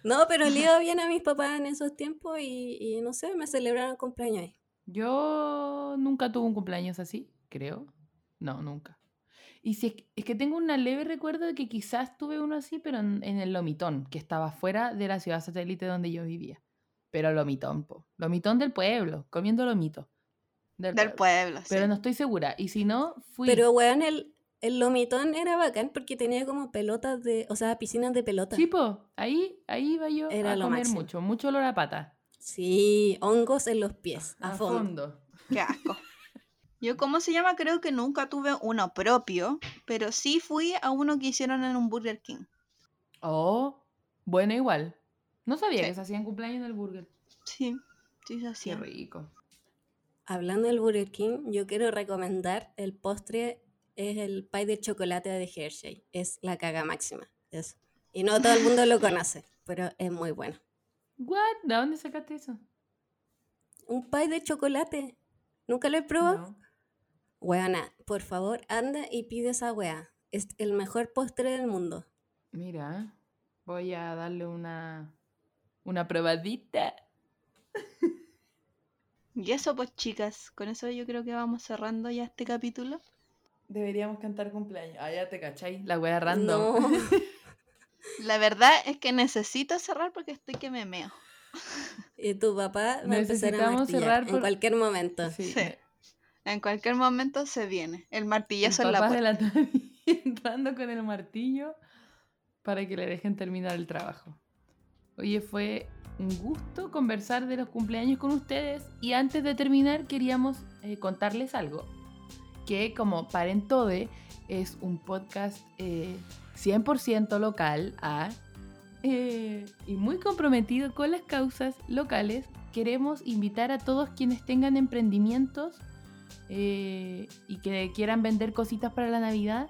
no, pero le iba bien a mis papás en esos tiempos y, y no sé, me celebraron cumpleaños ahí.
Yo nunca tuve un cumpleaños así, creo. No, nunca. Y si es, que- es que tengo una leve recuerdo de que quizás tuve uno así, pero en, en el Lomitón, que estaba fuera de la ciudad satélite donde yo vivía. Pero Lomitón, po. Lomitón del pueblo, comiendo lomito.
Del pueblo, sí.
Pero no estoy segura. Y si no, fui.
Pero, weón, el, el lomitón era bacán porque tenía como pelotas de. O sea, piscinas de pelotas.
Sí, po, ahí, ahí iba yo
Era
a
lo
comer
máximo.
mucho, mucho olor a pata.
Sí, hongos en los pies,
Ah,
a, fondo.
Qué asco. Yo, ¿cómo se llama? Creo que nunca tuve uno propio, pero sí fui a uno que hicieron en un Burger King.
Oh, bueno, igual. No sabía
Sí.
que se hacían cumpleaños en el burger.
Sí, sí, se
Qué
hacía.
rico.
Hablando del Burger King, yo quiero recomendar el postre, es el pie de chocolate de Hershey. Es la caga máxima. Eso. Y no todo el mundo lo conoce, pero es muy bueno.
What? ¿De dónde sacaste eso?
Un pie de chocolate. ¿Nunca lo he probado?
No.
Weona, por favor, anda y pide esa wea. Es el mejor postre del mundo.
Mira, voy a darle una una probadita.
Y eso, pues, chicas, con eso yo creo que vamos cerrando ya este capítulo.
Deberíamos cantar cumpleaños. Ah, ya te cachai. La wea random.
No,
La verdad es que necesito cerrar porque estoy que me meo.
y tu papá va a empezar a
Necesitamos
martillar
cerrar
en
por-
cualquier momento.
Sí.
Sí. En cualquier momento se viene el martillazo
el
en la
papá de
puerta.
la Tami entrando con el martillo para que le dejen terminar el trabajo. Oye, fue un gusto conversar de los cumpleaños con ustedes y antes de terminar queríamos eh, contarles algo, que como Parentode es un podcast eh, 100% local ah, eh, y muy comprometido con las causas locales, queremos invitar a todos quienes tengan emprendimientos eh, y que quieran vender cositas para la Navidad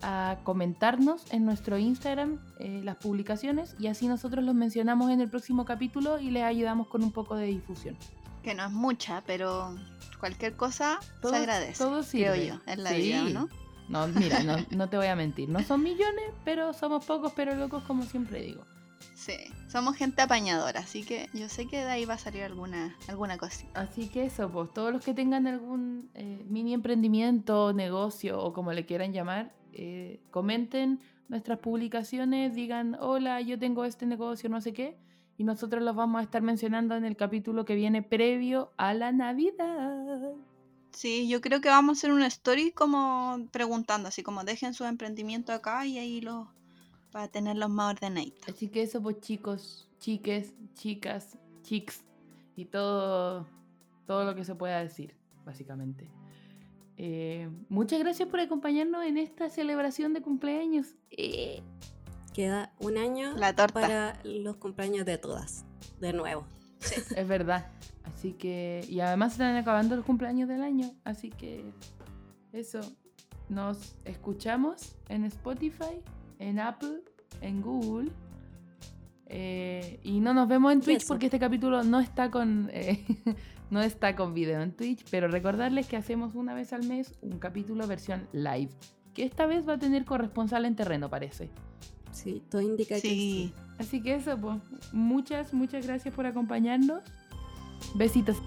a comentarnos en nuestro Instagram eh, las publicaciones y así nosotros los mencionamos en el próximo capítulo y les ayudamos con un poco de difusión.
Que no es mucha, pero cualquier cosa
Todo-
se agradece.
todo
creo
sirve.
yo, en la
Sí.
vida, ¿o ¿no?
No, mira, no, no te voy a mentir, no son millones, pero somos pocos pero locos como siempre digo.
Sí. Somos gente apañadora, así que yo sé que de ahí va a salir alguna, alguna cosita.
Así que eso, pues todos los que tengan algún eh, mini emprendimiento, negocio o como le quieran llamar, eh, comenten nuestras publicaciones, digan, hola, yo tengo este negocio, no sé qué, y nosotros los vamos a estar mencionando en el capítulo que viene previo a la Navidad.
Sí, yo creo que vamos a hacer una story como preguntando, así como dejen su emprendimiento acá y ahí los para tenerlos más ordenaditos.
Así que eso, pues chicos, chiques, chicas, chics y todo, todo lo que se pueda decir, básicamente. Eh, muchas gracias por acompañarnos en esta celebración de cumpleaños. Eh.
Queda un año
La torta.
para los cumpleaños de todas, de nuevo.
Es verdad. Así que. Y además están acabando los cumpleaños del año. Así que. Eso. Nos escuchamos en Spotify, en Apple, en Google. Eh, y no nos vemos en Twitch
eso.
porque este capítulo no está con. eh, no está con video en Twitch. Pero recordarles que hacemos una vez al mes un capítulo versión live. Que esta vez va a tener corresponsal en terreno, parece.
Sí, todo indica que sí.
Sí,
Así que eso, pues. Muchas, muchas gracias por acompañarnos. Besitos.